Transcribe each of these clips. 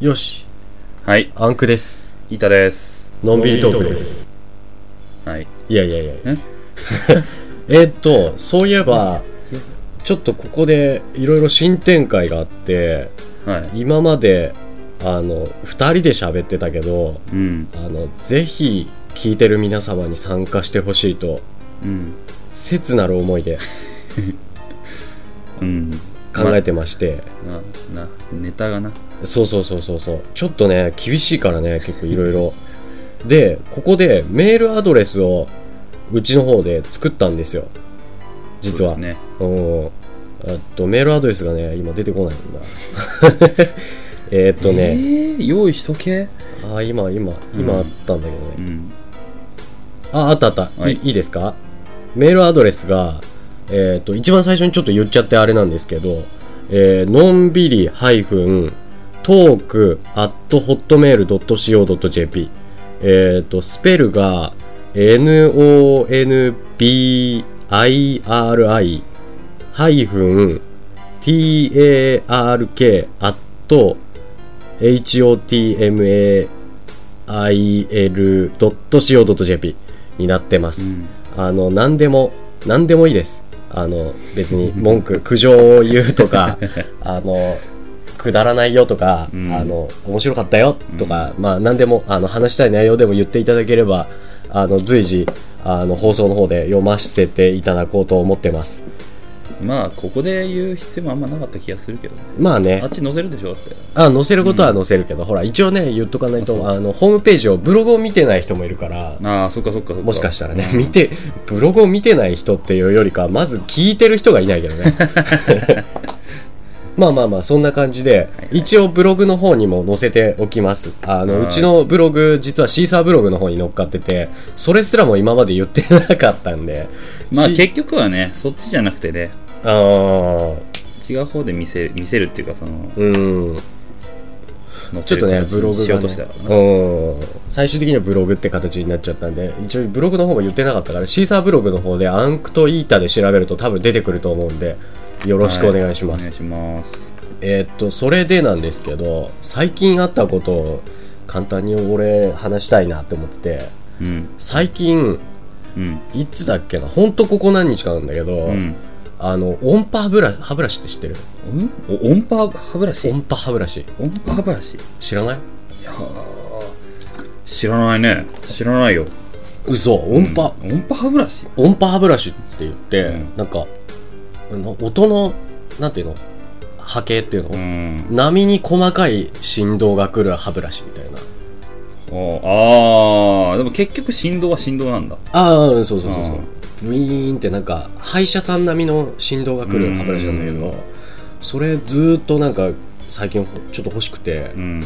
よし、はい、アンクです。板です。のんびりトークです。はい。いやいやいやえ。 えっと、そういえば、ちょっとここでいろいろ新展開があって、はい。今まで、あの、二人で喋ってたけど、うん。あの、ぜひ、聞いてる皆様に参加してほしいと、うん。切なる思いでうん。考えてまして、まあ、そんな、ネタがな。そうそうそうそうそうちょっとね厳しいからね結構いろいろでここでメールアドレスをうちの方で作ったんですよ実はそうですね。うんえっとメールアドレスがね今出てこないんだ えーっとえね、ー用意しとけ。あ今今今あったんだけどね、うん。ああったあった、はいい、いいですかメールアドレスが、えー、と一番最初にちょっと言っちゃってあれなんですけど、えーのんびりハイフントークアットホットメール .co.jp えっ、とスペルが nonbiri ハイフン tark アット hotmail il.co.jp になってまうす、ん。あの何でも何でもいいですあの別に文句苦情を言うと かあのくだらないよとか、うんあの面白かったよとか、まあ何でもあの話したい内容でも言っていただければあの随時あの放送の方で読ませていただこうと思ってますまあ、ここで言う必要もあんまなかった気がするけどね。まあねあっち載せるでしょだって。あ載せることは載せるけど、ほら一応ね言っとかないあそうとあのホームページをブログを見てない人もいるからああ、そっかそっかそっか。もしかしたらね、 見て、ブログを見てない人っていうよりかは、まず聞いてる人がいないけど ね。まあまあまあ、そんな感じで、一応ブログの方にも載せておきます。あの、はいうちのブログ、実はシーサーブログの方に乗っかってて、それすらも今まで言ってなかったんで、まあ、し結局はね、そっちじゃなくてね、あー違う方で見せ見せるっていうか、その、うん、載ちょせっるとね、形ブにログしよがうね、としたからな。うん、最終的にはブログって形になっちゃったんで、一応ブログの方も言ってなかったから、シーサーブログの方でアンクとイータで調べると多分出てくると思うんで、よろしくお願いします。はいお願いします。えーっと、それでなんですけど、最近あったことを簡単に俺話したいなって思ってて、うん。最近、うん。いつだっけな、ほんとここ何日かなんだけど、うん。あの、音波歯ブラ歯ブラシって知ってるお音波歯ブラシ音波歯ブラシ。音波歯ブラシ知らないいやー知らないね知らないよ嘘、音波、うん音波歯ブラシ音波歯ブラシって言って、うんなんかあの音のなんていうの波形っていうの、うん波に細かい振動が来る歯ブラシみたいなおああでも結局振動は振動なんだああうんそうそうそうそうブイーンってなんか歯医者さん並みの振動が来る歯ブラシなんだけうどそれずーっとなんか最近ちょっと欲しくてうん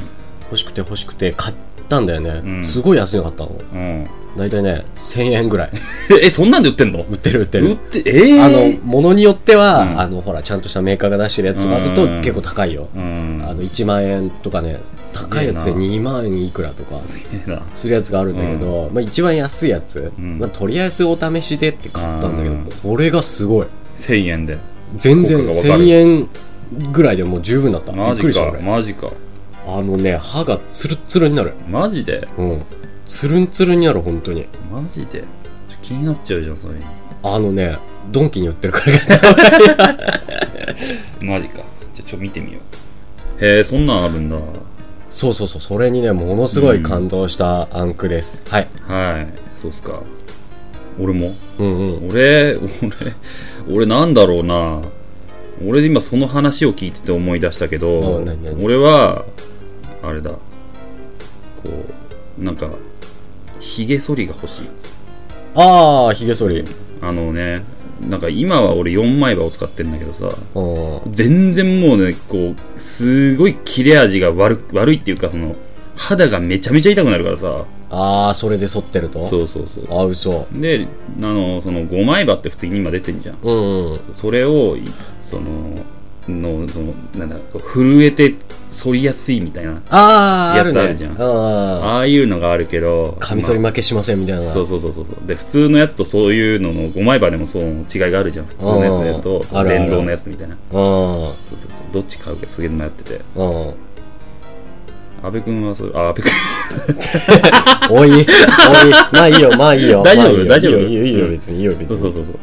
欲しくて欲しくて買ったんだよね、うんすごい安いの買ったのうん大体ね1000円ぐらい ええそんなんで売ってんの売ってる売ってる売ってええあの、ものによっては、うんあの、ほら、ちゃんとしたメーカーが出してるやつもあるとうん結構高いよ。うんあの、1万円とかね、高いやつですげ2万いくらとかすげえなするやつがあるんだけど、まあ一番安いやつ、うんまあとりあえずお試しでって買ったんだけどうん、これがすごい。 1000円で全然効果がわかる1000円ぐらいでもう十分だった。びマっくジりしたか俺。マジかあのね、歯がツルッツルになる。マジでうん。ツルンツルンになる、本当に。マジでちょ気になっちゃうじゃんそれあのね、ドンキに売ってるから。 マジかじゃあちょっと見てみようへえそんなんあるんだそうそうそう、それにね、ものすごい感動したアンクです。はい。はいそうっすか俺もうんうん。俺俺俺なんだろうな俺今その話を聞いてて思い出したけうどん何何俺はあれだこうなんかひげ剃りが欲しいああ、ひげ剃り。あのねなんか今は俺4枚刃を使ってんだけどさうん。全然もうねこうすごい切れ味が悪く悪いっていうかその肌がめちゃめちゃ痛くなるからさああ、それで剃ってるとそうそうそうああ、嘘。であのその5枚刃って普通に今出てんじゃんうん、うん。それをいそののそのなんだこう震えて反りやすいみたいなああ、あるね。やつあるじゃんああ。ああいうのがあるけどカミソリま負けしませんみたいな。あそうそうそうそうそうで普通のやつとそういうのの5枚刃でもそう違いがあるじゃん普通のやつとあーそのあるある電動のやつみたいなうん。そうそうそうどっち買うかすげえ迷っててうん。安倍君はそれ、あ、安倍 君。 おい、おい、まあいいよ、まあいいよ。大丈ま夫あいいよ大丈夫いいよ、いいよ、いいようん別に、いいよ、別そうに。そうそうそう。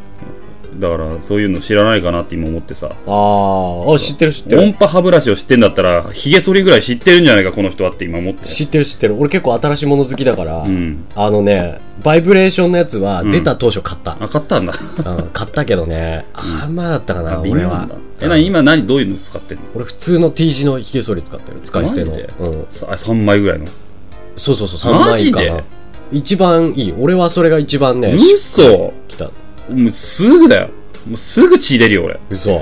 だから、そういうの知らないかなって今思ってさ。ああ、あ、知ってる、知ってる。音波歯ブラシを知ってんだったら、髭剃りぐらい知ってるんじゃないか、この人はって今思って。知ってる、知ってる。俺結構新しいもの好きだから、うん。あのね、バイブレーションのやつはうん出た当初買っ た。あ、買ったんだ。うん、買ったけどね、あんまだったかな、あ微妙俺なはんだ。。うえ、んなに今何、どういうの使ってんの俺普通の T 字のヒゲ剃り使ってる。使い捨てマジでの。うん。さあ ?3 枚ぐらいの。そうそうそう、3万円かマジなで。一番いい。俺はそれが一番ね、嘘来た。もうすぐだよ。もうすぐ血出るよ、俺。嘘。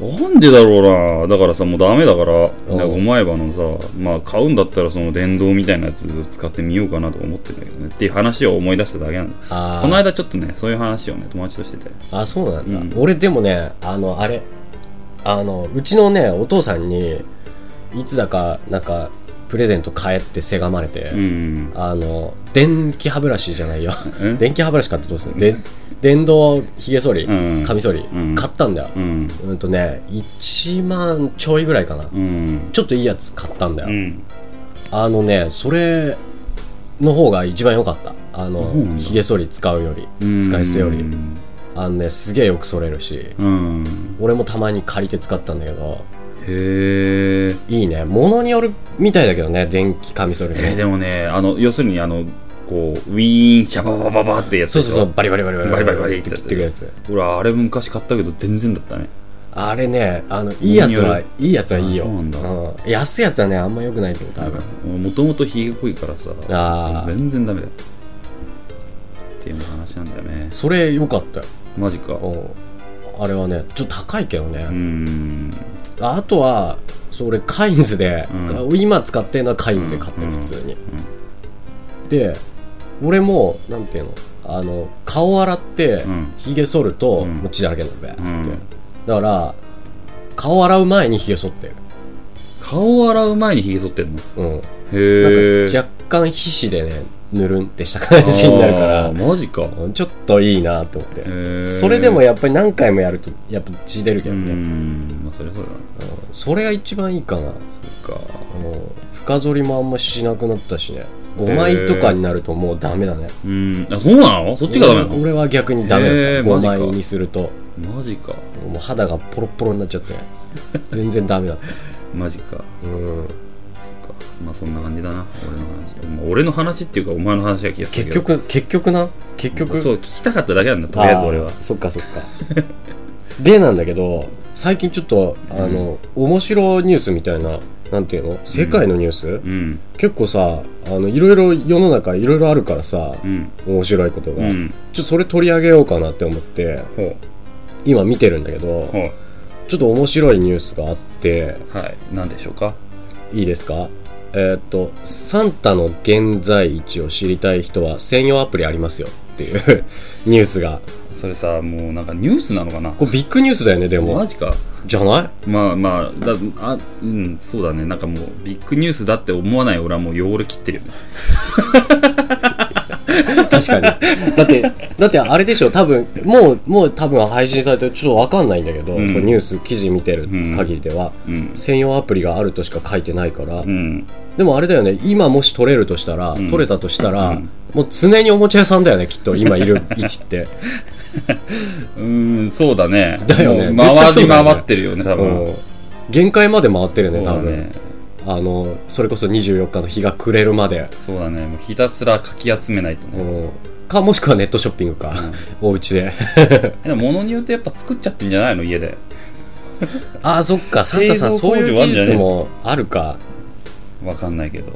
なんでだろうなだからさもうダメだからだんからお前ばのさまあ買うんだったらその電動みたいなやつを使ってみようかなと思ってんだけどねっていう話を思い出しただけなんだあーこの間ちょっとねそういう話をね友達としててあそうなんだ、うん俺でもねあのあれあのうちのねお父さんにいつだかなんかプレゼント買えってせがまれて、うんあの電気歯ブラシじゃないよえ電気歯ブラシ買ってどうするで電動ひげ剃りうんカミソリうん買ったんだようんうんとね1万ちょいぐらいかなうんちょっといいやつ買ったんだうよ、んあのねそれの方が一番良かったあそうなんのだひげ剃り使うよりうん使い捨てよりうんあのねすげえよく剃れるしうん俺もたまに借りて使ったんだけどへえいいね物によるみたいだけどね電気カミソリえねでもねあの要するにあのこうウィーンシャババババってやつそでうしそょうそうバリバリバリバリバリバリバリっってて切ってくやつ俺あれ昔買ったけど全然だったねあれねあのいいやつ物によはるいいやつはいいよあそうなんだうん安いやつはねあんま良くないけど多分もともとひげ濃いからさあー全然ダメだよっていう話なんだよねそれ良かったよマジかううんあれはねちょっと高いけどーねんあとはそう俺カインズでう今使ってるのはカインズで買ってうるん普通にで俺もなんていうのあの顔洗ってうんひげ剃るとうんもう血だらけになるべうんだから顔洗う前にひげ剃ってる、顔を洗う前にひげ剃ってんのうん、へなえんか若干皮脂でねぬるんってした感じになるからマジかうんちょっといいなと思ってへえそれでもやっぱり何回もやるとやっぱ血出るけうーどね、うんんまあそれはそうだなそれが一番いいかな、うん、そっか深剃りもあんましなくなったしね5枚とかになるともうダメだね、うんあそうなのそっちがダメな俺の俺は逆にダメだった、へえマ5ジか枚にするとマジかもう肌がポロポロになっちゃって全然ダメだった、マジかうん、そっかまあそんな感じだな俺の話まあ俺の話っていうかお前の話が気がする結けど局結局な結局そう聞きたかっただけなんだとりあえず俺はーそっかそっかでなんだけど最近ちょっとあの、面白いニュースみたいななんていうの世界のニュース、うん結構さあのいろいろ世の中いろいろあるからさうん面白いことうが、ちょんっとそれ取り上げようかなって思ってほ今見てるんだけうどほうちょっと面白いニュースがあってはい、何でしょうか。いいですかえーっと「サンタの現在位置を知りたい人は専用アプリありますよ」っていう ニュースがそれさ、もうなんかニュースなのかな。これビッグニュースだよねでもマジか。じゃないまあまあ、だ、あ、うん、そうだね。なんかもうビッグニュースだって思わない俺はもう汚れ切ってるよね。確 かに。だって、だってあれでしょ、多分もう、もう多分配信されてるちょっとわかんないんだけど、うんこれニュース、記事見てる限りでは、うん。専用アプリがあるとしか書いてないから、うん。でもあれだよね、今もし取れるとしたら、うん取れたとしたら、うんもう常におもちゃ屋さんだよね、きっと、今いる位置って。うん、そうだね。だよねも絶対う回そりうだよね回ってるよね、多うん分。限界まで回ってるそね、う多だ分、ね。あの、それこそ24日の日が暮れるまで。そうだね。もうひたすらかき集めないとうね。んか、もしくはネットショッピングか、お家で。でも物によってやっぱ作っちゃってんじゃないの家で。ああ、そっ か、サンタさん、製造そう工いう場あん技じゃね術もあるか。わかんないけど。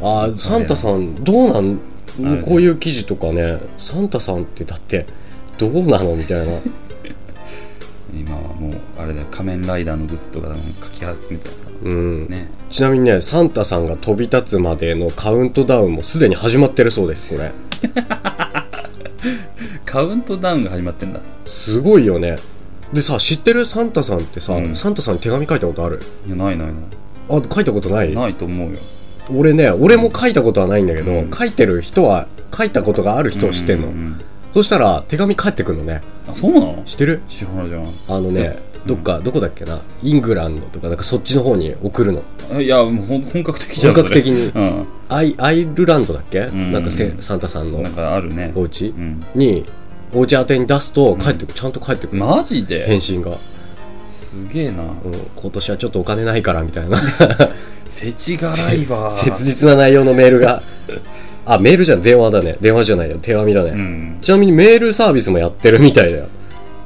あーサンタさんどうなんあれこういう記事とかねサンタさんってだってどうなのみたいな今はもう、あれだよ。仮面ライダーのグッズとかなんかかき集めてるかうん、らね。ちなみにねサンタさんが飛び立つまでのカウントダウンもすでに始まってるそうですこれカウントダウンが始まってんだ。すごいよねでさ知ってるサンタさんってさ、うんサンタさんに手紙書いたことあるいや、ないないなあ書いたことないい。ないと思うよ。俺ね俺も書いたことはないんだけど、うん書いてる人は書いたことがある人を知ってんの、うううそしたら手紙返ってくるのねあそうなの知ってる知らないじゃんあのねどっか、どこだっけなイングランドとかなんかそっちの方に送るのあいやもうほん本格的じゃん本格的にそれうんアイアイルランドだっけ、んなんかせサンタさんのなんかあるねお家うんにお家宛てに出すと帰ってく、ちゃんと帰ってくる、マジで返信が、すげえなうん、今年はちょっとお金ないからみたいなせちがらいわ切実な内容のメールがあメールじゃん電話だね電話じゃないよ手紙だね、うんちなみにメールサービスもやってるみたいだよ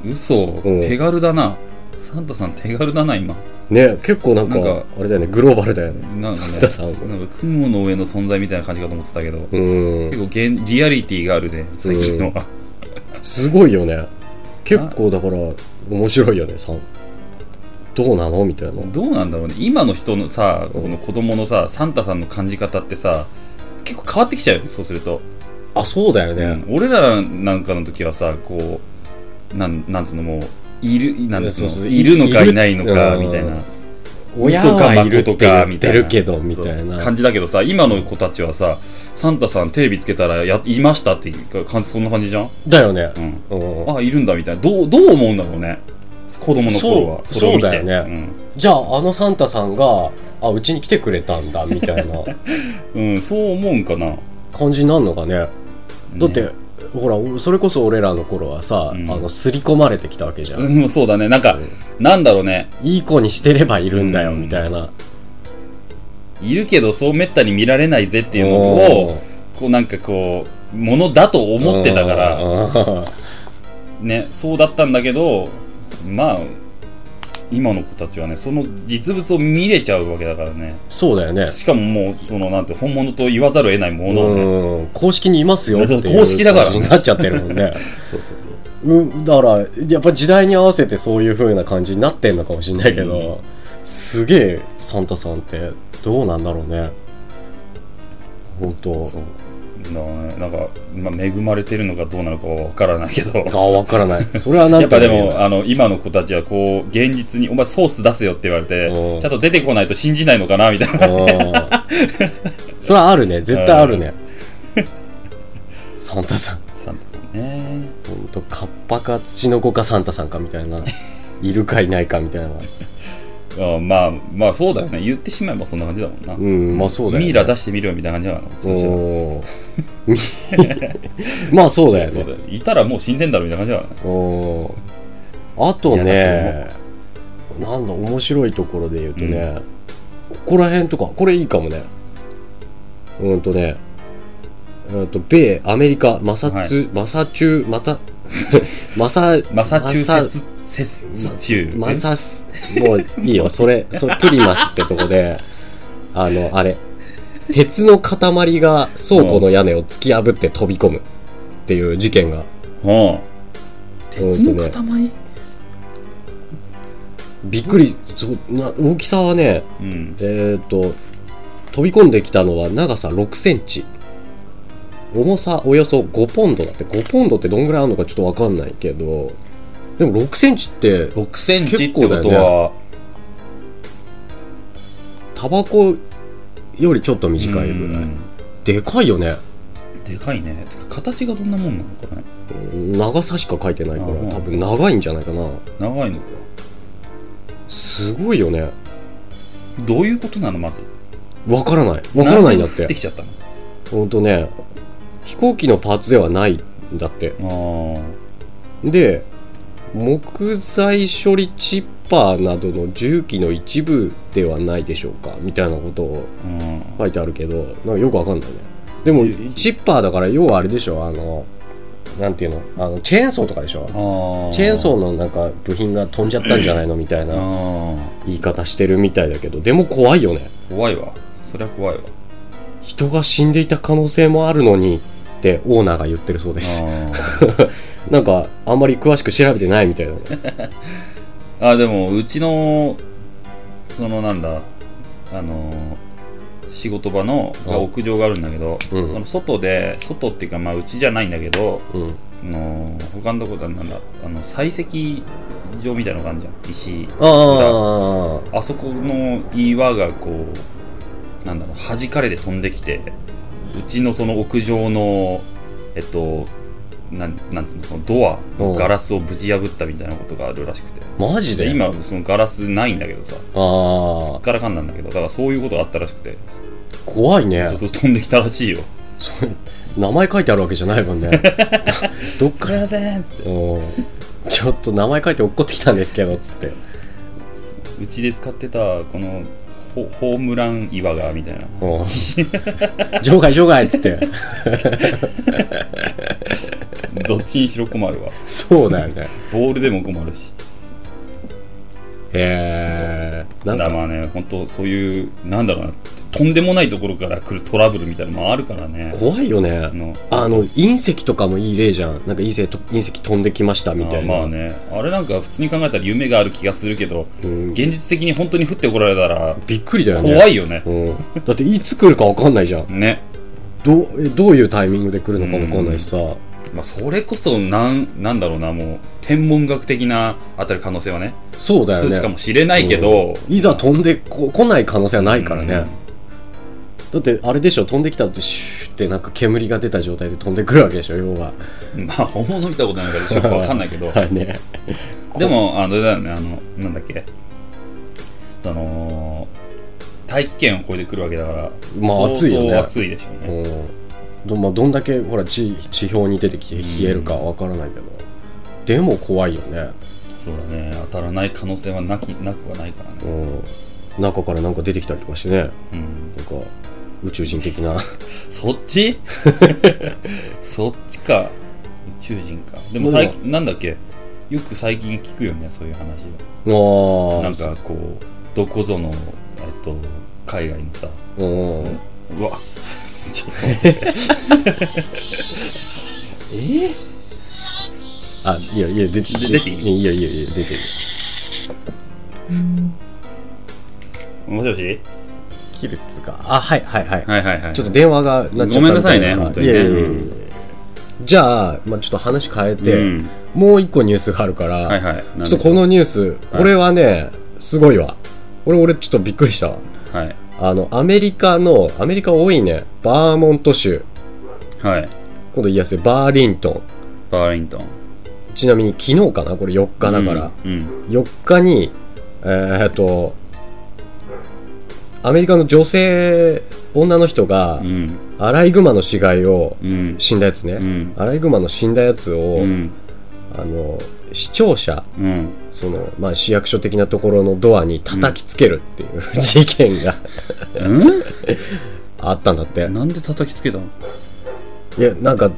嘘ん手軽だなサンタさん手軽だな今ね結構なんかなんかあれだよねグローバルだよねなんかサンねタさんもなんか雲の上の存在みたいな感じかと思ってたけどうん結構ゲンリアリティがあるね最近のはすごいよね結構だから面白いよねさどうなのみたいなどうなんだろうね今の人のさこの子供のさサンタさんの感じ方ってさ結構変わってきちゃうよねそうすると、あそうだよね、うん俺らなんかの時はさこうなんなんつうのもういるなんつうのそうそういるのかいるいないのかうんみたいな親嘘かはい孫るととかかみみたたいいななけどみたいな感じだけどさ今の子たちはさサンタさんテレビつけたらやいましたっていう感じそんな感じじゃん、だよねう、ん、うん、あいるんだみたいなどうどう思うんだろうね子供の頃はそうれを見てそうだよじゃああのサンタさんがあうちに来てくれたんだみたい なうん、うんそう思うんかな、感じになるのかねだって、ねほらそれこそ俺らの頃はさ、うんあの刷り込まれてきたわけじゃん、うん、そうだねなんか、なんだろうねいい子にしてればいるんだようんみたいな、いるけどそうめったに見られないぜっていうのうをんこうなんかこうものだと思ってたから、うんね、そうだったんだけどまあ今の子たちはねその実物を見れちゃうわけだからねそうだよねしかももうそのなんて本物と言わざるを得ないものをね、うん公式にいますよっていう公式だから感じになっちゃってるもんね、そうそうそううん、だからやっぱ時代に合わせてそういう風な感じになってんのかもしれないけど、すげえサンタさんってどうなんだろうね本当そうだからねなんか、まあ、恵まれてるのかどうなのかは分からないけどあわからないそれはなん やっぱで言えもないあの今の子たちはこう現実に「お前ソース出せよ」って言われてうんちゃんと出てこないと信じないのかなみたいなうんそれはあるね絶対あるねサンタさんサンタさんね本当カッパか土の子かサンタさんかみたい ないるかいないかみたいなあまあまあそうだよね言ってしまえばそんな感じだもんな、うんまあそうだよねミイラ出してみるよみたいな感じだからなそしたらおー まあそうだよそうだねよいたらもう死んでんだろみたいな感じだからねおーあといねやなんだ面白いところで言うとね、ここら辺とかこれいいかもねうんとねうんと米アメリカマサツ、マサチューま たマサマサチューセツセツ中マサスもういいよそれそれプリマスってとこであのあれ鉄の塊が倉庫の屋根を突き破って飛び込むっていう事件がうん鉄の塊、びっくりそうな大きさはねうんえっ、と飛び込んできたのは長さ6センチ重さおよそ5ポンドだって5ポンドってどんぐらいあるのかちょっとわかんないけどでも6センチって6センチって結こ構とだよねは、タバコよりちょっと短いぐらういんでかいよねでかいねてか形がどんなもんなのかね長さしか書いてないからああ多分長いんじゃないかな長いのかすごいよねどういうことなのまずわからないわからないんだっで降てってきちゃったのほんとね飛行機のパーツではないんだってあで木材処理チッパーなどの重機の一部ではないでしょうかみたいなことをあ、うん、書いてあるけどなんかよくわかんないねでも重機チッパーだから要はあれでしょあのなんていうのあのチェーンソーとかでしょあチェーンソーーのなんか部品が飛んじゃったんじゃないのみたいなあ言い方してるみたいだけどでも怖いよねー怖いわそりゃ怖いわ人が死んでいた可能性もあるのにってオーナーが言ってるそうですあなんかあんまり詳しく調べてないみたいなね ーあーでもうちのそのなんだあのー仕事場のうん屋上があるんだけど、うんその外で外っていうかまあうちじゃないんだけど、うんあのー他のとこだなんだあの採石場みたいなのがあるじゃん石あああそこの岩がこうなんだろう弾かれて飛んできてうちのその屋上のえっとなんなんつうのそのドアのガラスをぶち破ったみたいなことがあるらしくてマジでで今そのガラスないんだけどさすあっあからかんなんだけどだからそういうことがあったらしくて怖いねちょっと飛んできたらしいよそう名前書いてあるわけじゃないも んねどどっからませんっつってうんちょっと名前書いて落っこってきたんですけどつってうちで使ってたこのホホームラン岩がみたいな うん場外場外っつってどっちにしろ困るわそうだよねボールでも困るしへえだんからかまあね本当そういうなんだろうなとんでもないところから来るトラブルみたいなのもあるからね怖いよねあのあの隕石とかもいい例じゃんなんか隕石と隕石飛んできましたみたいなあまあねあれなんか普通に考えたら夢がある気がするけどうん現実的に本当に降ってこられたらびっくりだよね怖いよねうん、だっていつ来るか分かんないじゃんね、どうえどういうタイミングで来るのか分かんないしさ、まあ、それこそなんなんだろうなもう天文学的な当たる可能性はねそうだよ数ね値かもしれないけど、うんいざ飛んでこ来ない可能性はないからね、だってあれでしょ飛んできたってシューってなんか煙が出た状態で飛んでくるわけでしょ要はうんまあ本物見たことないからちょっと分かんないけど はいねでもあのあれだよねあのなんだっけあの大気圏を越えてくるわけだから、まあ暑いよね相当暑いでしょうね、うんど,、まあ、どんだけほら地地表に出てきて冷えるか分からないけど、でも怖いよね、そうだね当たらない可能性はなきなくはないからね、うん、中からなんか出てきたりとかしてねうん、なんか宇宙人的 なそっ ちそっちか宇宙人かでもまあ最近なんだっけよく最近聞くよねそういう話はななんかこうどこぞの、えっと、海外のさうんうわちょっと待ってあいやいや出てで出ていいいいやいやいや出ていいもしもし切るっつうかあはいはいはいはいはいはいちょっと電話がなっちゃったみたごめんなさいねあ本当にねやいやいやうんじゃあ、まあ、ちょっと話変えて、うんもう一個ニュースがあるから、はいはいなんでちょっとこのニュースこれはね、すごいわこれ俺ちょっとびっくりしたわはいあのアメリカのアメリカ多いねバーモント州はい今度言いやすいバーリントンバーリントンちなみに昨日かなこれ4日だから、うんうん4日にえーっとアメリカの女性女の人がうんアライグマの死骸をうん死んだやつね、うんアライグマの死んだやつを、うんあの視聴者うんその、まあ、市役所的なところのドアに叩きつけるっていう事件があったんだってなんで叩きつけたのいやなんか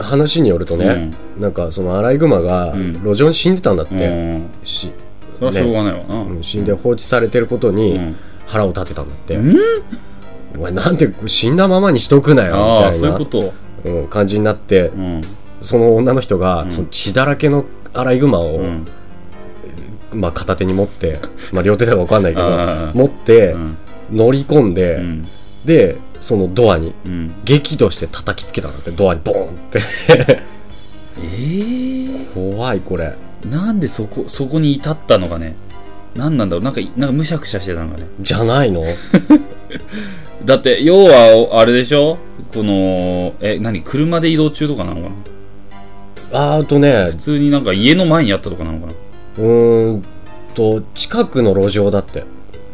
話によるとね、なんかそのアライグマがうん路上に死んでたんだっうて、んうんしそれはしょうがないわなうん死んで放置されてることうにん腹を立てたんだって、うんお前なんで死んだままにしとくなよああみそういうたこいとなうん感じになってうんその女の人が、うんその血だらけのアライグマを、うんまあ、片手に持 って、まあ、両手だか分かんないけどああ持ってうん乗り込んで、うんでそのドアにうん激怒して叩きつけたんだってドアにボーンってええ怖いこれなんでそこそこに至ったのかねなんなんだろうなんかなんかむしゃくしゃしてたのかねじゃないのだって要はあれでしょこのえ何車で移動中とかなのかなあーあとね普通になんか家の前にあったとかなのかなうーんと近くの路上だって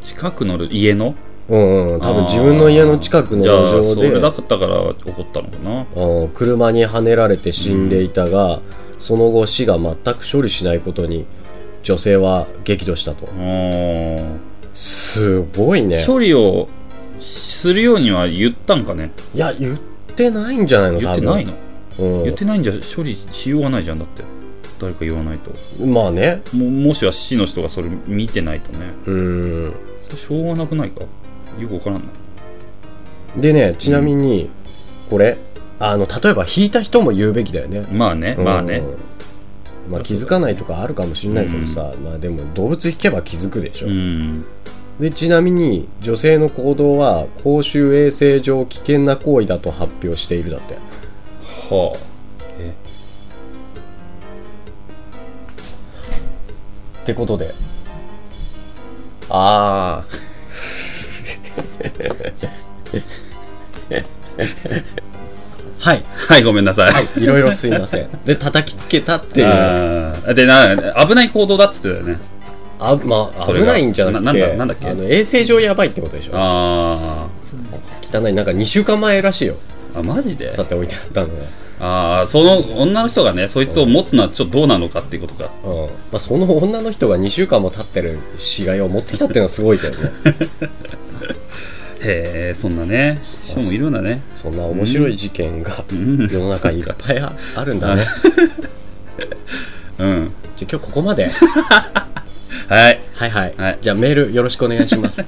近くの家のうんうん多分自分の家の近くのじゃあ路そ上でれだったから怒ったのかなうん車にはねられて死んでいたが、その後死が全く処理しないことに女性は激怒したとうんすごいね処理をするようには言ったんかねいや言ってないんじゃないの言っ多て分ないのうん言ってないんじゃ処理しようがないじゃんだって誰か言わないとまあねももしは市の人がそれ見てないとねうんそれしょうがなくないかよくわからんなでねちなみにこれ、あの例えば引いた人も言うべきだよねまあねまあねうんまあ気づかないとかあるかもしれないけどさ、まあでも動物引けば気づくでしょ、うんでちなみに女性の行動は公衆衛生上危険な行為だと発表しているだってはあえってことでああはいははい、ごめんなさい。いろいろすいません。で、叩きつけたっていう。あーでな、危ない行動だっつってたよね。あまあ、それ危がないんじゃなくてななんだなんだっけあの衛生上やばいってことでしょあ汚いなんか2週間前らしいよーあ、マジでさて置いてあったのが、ああ、その女の人がね、そいつを持つのはちょっとどうなのかっていうことか。うんまあ、その女の人が2週間も経ってる死骸を持ってきたっていうのはすごいけどねへえ、そんなね、人もいるんだね。そんな面白い事件がうん。世の中にいっぱいああるんだねうん。 じゃあ今日ここまではい。はいはい、はいじゃあメールよろしくお願いします